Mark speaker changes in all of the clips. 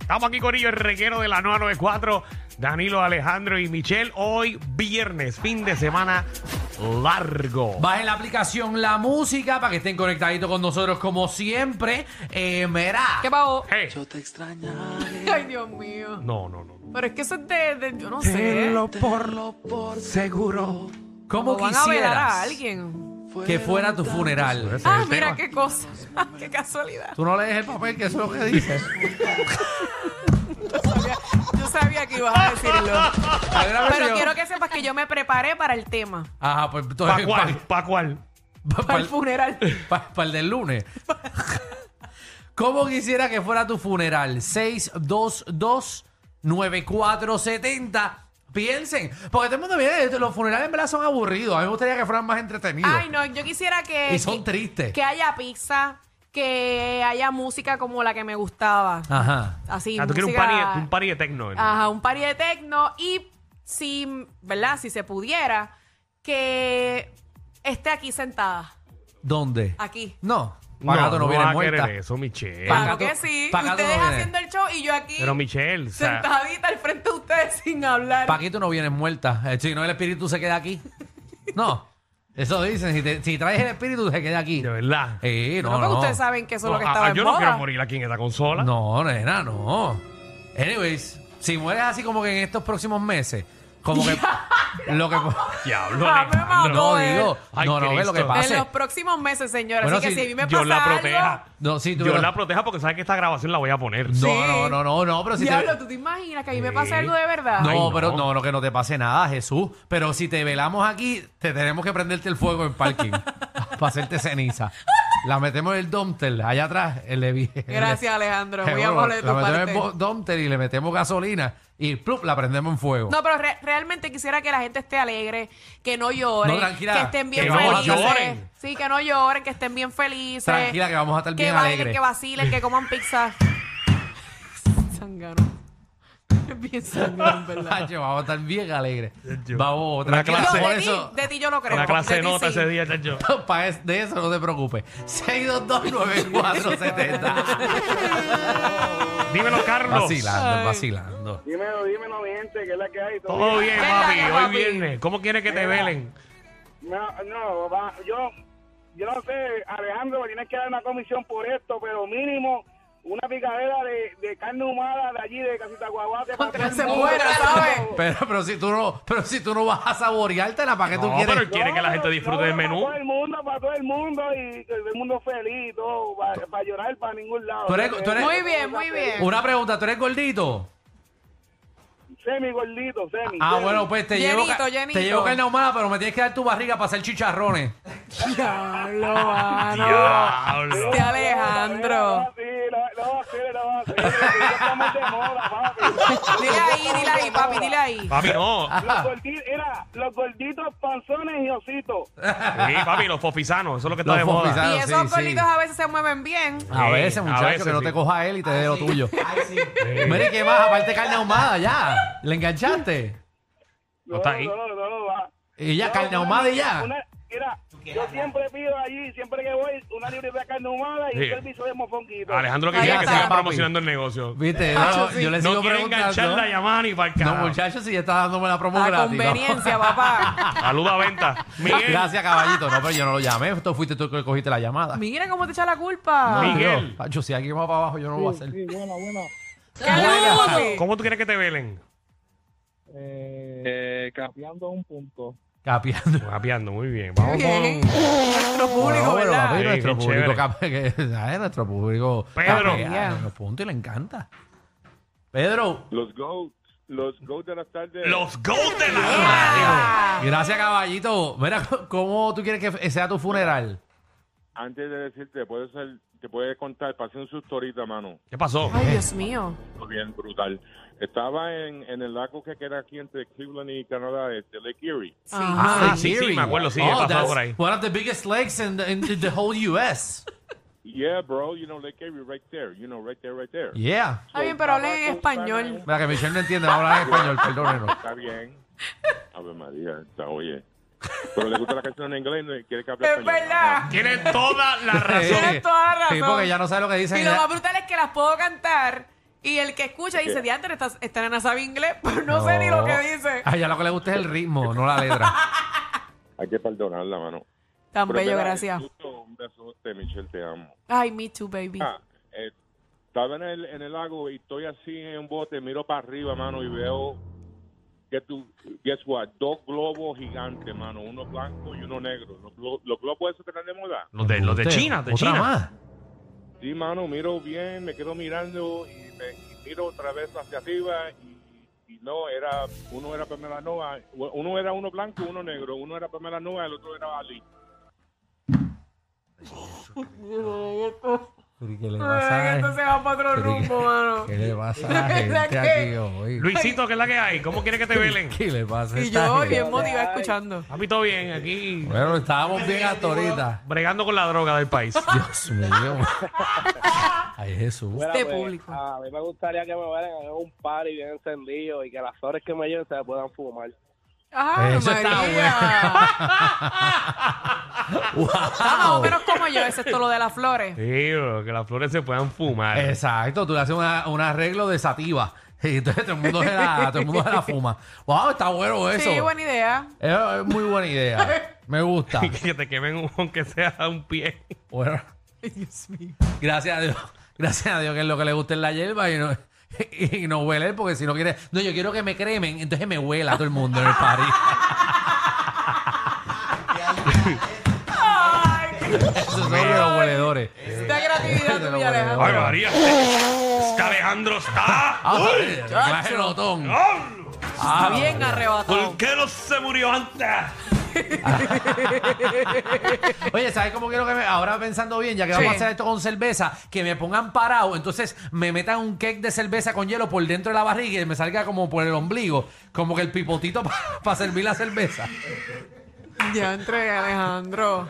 Speaker 1: Estamos aquí con el reguero de la 994, Danilo, Alejandro y Michelle. Hoy viernes, fin de semana largo.
Speaker 2: Bajen la aplicación La Música para que estén conectaditos con nosotros como siempre. Eh, mira.
Speaker 3: ¿Qué pavo?
Speaker 1: Hey.
Speaker 3: Ay, Dios mío.
Speaker 1: No, no, no.
Speaker 3: Pero es que eso es de, de- yo no sé.
Speaker 2: por, por seguro.
Speaker 3: Como
Speaker 2: ¿Cómo
Speaker 3: van a velar a
Speaker 2: quisieras
Speaker 3: alguien.
Speaker 2: que fuera tu funeral?
Speaker 1: Ese es
Speaker 3: Ah,
Speaker 1: el
Speaker 3: mira
Speaker 1: tema.
Speaker 3: qué cosa. Ah, qué casualidad.
Speaker 2: Tú no lees el papel, que eso es lo que dices.
Speaker 3: Yo sabía que ibas a decirlo.
Speaker 2: Hay una vez
Speaker 3: Pero
Speaker 2: yo-
Speaker 3: quiero que sepas que yo me preparé para el tema.
Speaker 2: Ajá, pues
Speaker 1: ¿Pa
Speaker 2: entonces.
Speaker 1: cuál? ¿Pa cuál?
Speaker 2: pa- pa-
Speaker 3: Para el funeral.
Speaker 2: Para el del lunes. ¿Cómo quisiera que fuera tu funeral? 622-9470. Piensen. Porque todo el mundo viene, esto, los funerales en verdad son aburridos. A mí me gustaría que fueran más entretenidos.
Speaker 3: Ay, no, yo quisiera que.
Speaker 2: Y son
Speaker 3: que-
Speaker 2: tristes.
Speaker 3: Que haya pizza, que haya música como la que me gustaba.
Speaker 2: Ajá.
Speaker 3: Así.
Speaker 1: Ah, tú quieres un
Speaker 3: música- Ah.
Speaker 1: party, un party de tecno. ¿eh?
Speaker 3: Ajá, un party de tecno y si, ¿verdad? Si se pudiera, que esté aquí sentada.
Speaker 2: ¿Dónde?
Speaker 3: Aquí.
Speaker 2: No. Pagato no, viene
Speaker 1: vas a
Speaker 2: muerta.
Speaker 1: querer eso, Michelle.
Speaker 2: Pa- Pacato-
Speaker 3: Claro que sí.
Speaker 2: Pacato
Speaker 3: ustedes
Speaker 2: no viene.
Speaker 3: haciendo el show y yo aquí
Speaker 1: Pero Michelle, o sea,
Speaker 3: sentadita al frente de ustedes sin hablar.
Speaker 2: Paquito no viene muerta. Eh, Si no, el espíritu se queda aquí. No. Eso dicen. Si, te- si traes el espíritu, se queda aquí.
Speaker 1: de verdad.
Speaker 2: Eh, no,
Speaker 3: no, porque
Speaker 2: no.
Speaker 3: ustedes saben que eso
Speaker 1: No,
Speaker 3: es lo que
Speaker 1: ah,
Speaker 3: estaba
Speaker 1: ah,
Speaker 3: en
Speaker 1: yo no
Speaker 3: moda.
Speaker 1: quiero morir aquí en esta consola.
Speaker 2: No, nena, no. Anyways, si mueres así como que en estos próximos meses, como que lo que
Speaker 1: Diablo,
Speaker 3: Ah, me
Speaker 1: Alejandro.
Speaker 3: mató.
Speaker 2: no
Speaker 3: eh.
Speaker 2: digo,
Speaker 1: Ay,
Speaker 2: no, no ve
Speaker 1: Cristo.
Speaker 2: lo que
Speaker 1: Ah,
Speaker 3: En
Speaker 2: pasa.
Speaker 3: los próximos meses, señora.
Speaker 2: Bueno,
Speaker 3: así que
Speaker 2: si
Speaker 3: si a mí me
Speaker 1: Dios
Speaker 3: pasa
Speaker 1: la
Speaker 3: algo-
Speaker 1: proteja.
Speaker 2: No, sí, tú-
Speaker 1: Dios la proteja porque sabe que esta grabación la voy a poner.
Speaker 2: No,
Speaker 3: Sí.
Speaker 2: no, no, no, no, pero si
Speaker 3: Diablo,
Speaker 2: te
Speaker 3: ¿tú te imaginas que a mí me
Speaker 1: Sí.
Speaker 3: pasa algo de verdad?
Speaker 2: no,
Speaker 1: Ay, no.
Speaker 2: pero no, no que no te pase nada, Jesús, pero si te velamos aquí, te tenemos que prenderte el fuego en parking para hacerte ceniza. La metemos en el dumpster allá atrás, el de vie-
Speaker 3: Gracias, Alejandro. Muy
Speaker 2: Seguro,
Speaker 3: amable de tu
Speaker 2: La metemos
Speaker 3: parte.
Speaker 2: en bo- dumpster y le metemos gasolina y plup, la prendemos en fuego.
Speaker 3: No, pero re- realmente quisiera que la gente esté alegre, que no lloren,
Speaker 2: No, tranquila,
Speaker 3: que estén bien
Speaker 1: que no
Speaker 3: felices.
Speaker 1: lloren.
Speaker 3: Sí, que no lloren, que estén bien felices.
Speaker 2: Tranquila, que vamos a estar
Speaker 3: que
Speaker 2: bien
Speaker 3: bailen,
Speaker 2: alegres.
Speaker 3: Que vacilen, que coman pizza. Sangano. Es bien sangano, en
Speaker 2: Ah,
Speaker 3: ¿verdad?
Speaker 2: yo, vamos a estar bien alegres.
Speaker 1: Yo.
Speaker 2: Vamos,
Speaker 1: Una
Speaker 2: tranquila,
Speaker 1: clase-
Speaker 2: por
Speaker 3: de, ti,
Speaker 2: eso.
Speaker 3: de ti yo lo creo.
Speaker 1: Una clase
Speaker 3: de
Speaker 1: de
Speaker 3: ti
Speaker 1: nota
Speaker 3: sí.
Speaker 1: ese día, chacho.
Speaker 2: pa' es- de eso no te preocupes. 6229470.
Speaker 1: Dímelo, Carlos.
Speaker 2: Ah, vacilando, vacilando.
Speaker 4: Dímelo, dímelo, mi gente, que es la que hay. ¿Todo
Speaker 1: Todo bien,
Speaker 3: Venga,
Speaker 1: papi.
Speaker 3: ya,
Speaker 1: Hoy
Speaker 3: papi.
Speaker 1: viernes. ¿Cómo quieres que te
Speaker 4: Mira.
Speaker 1: velen?
Speaker 4: No, no, va- yo, yo no sé, Alejandro, me tienes que dar una comisión por esto, pero mínimo una picadera de, de carne humada de allí, de Casita Guaguate. para
Speaker 3: Contra
Speaker 4: todo el
Speaker 3: ese
Speaker 4: mundo.
Speaker 3: muera, ¿sabes?
Speaker 2: Pero, pero si tú no, pero si tú no vas a saboreártela, ¿para qué tú
Speaker 1: No,
Speaker 2: quieres?
Speaker 1: pero- ¿Quiere que la gente disfrute del menú?
Speaker 4: Para todo el mundo, para todo el mundo y que todo el mundo feliz y todo, para, llorar para ningún lado.
Speaker 2: Tú eres- tú eres-
Speaker 3: Muy bien, muy bien.
Speaker 2: Una pregunta, ¿tú eres gordito?
Speaker 4: Semi gordito, semi.
Speaker 2: Ah,
Speaker 4: semi.
Speaker 2: bueno, pues te llevo,
Speaker 3: Llenito,
Speaker 2: ca-
Speaker 3: llenito.
Speaker 2: te llevo carne ahumada, pero me tienes que dar tu barriga para hacer chicharrones.
Speaker 3: Diablo, mano.
Speaker 1: Diablo.
Speaker 3: Este
Speaker 4: No,
Speaker 3: Alejandro.
Speaker 4: sí, no, no, sí, no, sí, ya estamos de moda, papi.
Speaker 3: Dile ahí, dile ahí, papi, dile ahí.
Speaker 1: Papi, no.
Speaker 4: Los gorditos, era, los gorditos, panzones y ositos.
Speaker 2: Eh,
Speaker 1: Sí, papi, los fofisanos. Eso es lo que está
Speaker 2: Los
Speaker 1: de moda.
Speaker 2: fofisanos. Claro,
Speaker 3: Y esos
Speaker 2: sí, Ah, sí.
Speaker 3: gorditos a veces se mueven bien.
Speaker 2: A
Speaker 1: Sí,
Speaker 2: veces,
Speaker 1: a
Speaker 2: muchacho, que
Speaker 1: veces,
Speaker 2: no
Speaker 1: sí.
Speaker 2: te coja él y te dé lo tuyo. Mira, ¿y qué más? Aparte carne ahumada, ya. ¿Le enganchaste?
Speaker 1: No está ahí.
Speaker 4: No, no, no, va.
Speaker 2: Y ya,
Speaker 4: No,
Speaker 2: carne
Speaker 4: una-
Speaker 2: ahumada y ya.
Speaker 4: una- mira, yo siempre pido allí, siempre que voy, una libreta de carne ahumada y
Speaker 1: Sí.
Speaker 4: un servicio de mofonguito.
Speaker 1: Alejandro que
Speaker 3: Ahí
Speaker 1: quiere que
Speaker 3: está,
Speaker 1: sigan
Speaker 2: papi.
Speaker 1: promocionando el negocio.
Speaker 2: Viste,
Speaker 3: Ah,
Speaker 2: no,
Speaker 3: yo sí.
Speaker 2: yo le sigo
Speaker 1: No quiere enganchar
Speaker 2: preguntando.
Speaker 1: la llamada ni para
Speaker 2: No,
Speaker 1: acá.
Speaker 2: muchachos, si ya está dándome la promo
Speaker 3: A
Speaker 2: gratis. ¿no?
Speaker 3: conveniencia, papá.
Speaker 1: Saluda a venta. Miguel.
Speaker 2: Gracias, caballito. No, pero yo no lo llamé. Tú fuiste tú que cogiste la llamada.
Speaker 3: Mira cómo te echa la culpa.
Speaker 1: Mi-
Speaker 2: Yo,
Speaker 1: Miguel.
Speaker 2: Pacho, si aquí va para abajo, yo no lo voy a hacer.
Speaker 3: ¡Qué duro!
Speaker 1: ¿Cómo tú quieres que te velen?
Speaker 4: Eh, capeando un punto.
Speaker 2: Capeando.
Speaker 1: Rapeando, muy bien. Vamos
Speaker 3: Bien.
Speaker 1: con
Speaker 3: Nuestro público,
Speaker 2: No, pero,
Speaker 3: ¿verdad?
Speaker 2: papi,
Speaker 1: Sí,
Speaker 2: nuestro,
Speaker 1: qué
Speaker 2: público
Speaker 1: chévere.
Speaker 2: cape- que- ay, nuestro público.
Speaker 1: Pedro.
Speaker 2: capea,
Speaker 3: Yeah.
Speaker 2: los puntos y le encanta. Pedro,
Speaker 5: Los GOATs, los GOATs de las tardes.
Speaker 1: los Gold de la radio.
Speaker 3: Ah,
Speaker 2: gracias caballito. Mira, ¿cómo tú quieres que sea tu funeral?
Speaker 5: Antes de decirte, puede ser, te puede contar, pasé un susto ahorita, mano.
Speaker 1: ¿Qué pasó?
Speaker 3: Ay, Dios mío.
Speaker 5: Bien brutal. Estaba en, en el lago que queda aquí entre Cleveland y Canadá, este Lake Erie.
Speaker 3: Sí.
Speaker 1: Ah,
Speaker 2: Lake
Speaker 1: sí, sí,
Speaker 2: Erie.
Speaker 1: me acuerdo, sí, he pasado
Speaker 2: Oh, that's
Speaker 1: por ahí.
Speaker 2: One of the biggest lakes in the, in the whole U.S.
Speaker 5: Yeah, bro, you know Lake Erie right there, you know, right there, right there.
Speaker 2: Yeah.
Speaker 3: Está bien, pero hablen en español.
Speaker 2: Mira, que Michelle no entiende, va a hablar en español, perdónenos.
Speaker 5: Está bien. Ave María, está oye. Pero le gusta la canción en inglés, no quiere que hable
Speaker 3: Es
Speaker 5: español.
Speaker 3: verdad.
Speaker 1: Tienen toda la razón.
Speaker 3: Tienes toda la
Speaker 2: Sí,
Speaker 3: razón.
Speaker 2: porque ya no sabe lo que dicen.
Speaker 3: Y lo más brutal es que las puedo cantar y el que escucha dice, diantre, esta, esta nena sabe inglés, pero no, sé ni lo que dice.
Speaker 2: A ella lo que le gusta es el ritmo, no la letra.
Speaker 5: Hay que perdonarla, mano.
Speaker 3: Tan
Speaker 5: Pero
Speaker 3: bello,
Speaker 5: mira,
Speaker 3: gracias.
Speaker 5: el susto, Un besote, Michelle, te amo.
Speaker 3: Ay, me too, baby.
Speaker 5: Ah, eh, estaba en el, en el lago y estoy así en un bote, miro para arriba, mano, y veo, que tú guess what, dos globos gigantes, mano, uno blanco y uno negro. Los, glo- los globos esos que están de moda.
Speaker 1: Los de, los de
Speaker 2: Usted,
Speaker 1: China, de
Speaker 2: ¿Otra
Speaker 1: China.
Speaker 2: más?
Speaker 5: Sí, mano, miro bien, me quedo mirando y, me, y miro otra vez hacia arriba y, y no, era, uno era Pamela Nova, uno era uno blanco, uno negro, uno era Pamela Nova, el otro era Ali.
Speaker 2: Pero, ¿Qué le
Speaker 3: Ay,
Speaker 2: pasa?
Speaker 3: esto se va para otro
Speaker 2: Pero, ¿y
Speaker 3: rumbo, mano.
Speaker 2: ¿Qué le pasa a la
Speaker 3: ¿Verdad
Speaker 2: gente
Speaker 3: que-
Speaker 2: aquí hoy?
Speaker 1: Luisito, ¿qué es la que hay? ¿Cómo quiere que te velen?
Speaker 2: ¿Qué le pasa a
Speaker 3: Y
Speaker 2: esta
Speaker 3: yo
Speaker 2: gente?
Speaker 3: bien motivada escuchando.
Speaker 1: A mí todo bien, aquí
Speaker 2: Bueno, estábamos bien hasta ahorita.
Speaker 1: bregando con la droga del país.
Speaker 2: Dios mío. Ay, Jesús.
Speaker 3: Este público.
Speaker 4: A mí me gustaría que me vayan a un party bien encendido y que las flores que me lleven se puedan fumar.
Speaker 3: Ay,
Speaker 2: Eso está
Speaker 3: María. Está más o
Speaker 2: ¡Wow!
Speaker 3: menos como yo, excepto lo de las flores.
Speaker 1: Sí, bro, que las flores se puedan fumar.
Speaker 2: Exacto, tú le haces una- un arreglo de sativa. Y entonces todo el mundo se la, todo el mundo se la fuma. ¡Wow! Está bueno eso.
Speaker 3: Sí, buena idea.
Speaker 2: Es muy buena idea. Me gusta.
Speaker 1: que te quemen un, aunque sea un pie.
Speaker 2: Bueno,
Speaker 3: Dios mío.
Speaker 2: gracias a Dios. Gracias a Dios que es lo que le gusta es la hierba y no, y no huele, porque si no quiere. No, yo quiero que me cremen, entonces me huela todo el mundo en el party.
Speaker 3: Ay,
Speaker 2: Esos son los hueledores.
Speaker 3: esta creatividad
Speaker 2: Te lo
Speaker 3: tuya,
Speaker 2: voy a dar.
Speaker 1: Ay,
Speaker 3: Alejandro.
Speaker 1: María. Está Alejandro, está.
Speaker 2: ¡Ay! ¡Clase notón!
Speaker 3: Está bien arrebatado.
Speaker 1: ¿Por qué no se murió antes?
Speaker 2: Oye, ¿sabes cómo quiero que me.? Ahora pensando bien, ya que vamos a hacer esto con cerveza, que me pongan parado, entonces me metan un cake de cerveza con hielo por dentro de la barriga y me salga como por el ombligo, como que el pipotito para servir la cerveza.
Speaker 3: Ya entre Alejandro.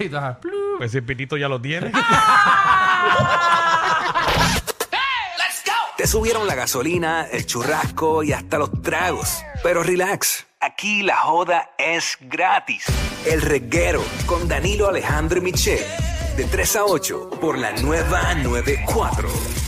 Speaker 2: Y tú, ajá, plum.
Speaker 1: Pues el pitito ya lo tiene.
Speaker 6: Te subieron la gasolina, el churrasco y hasta los tragos. Pero relax, aquí la joda es gratis. El reguero con Danilo Alejandro y Michel. De 3 a 8 por la nueva 94.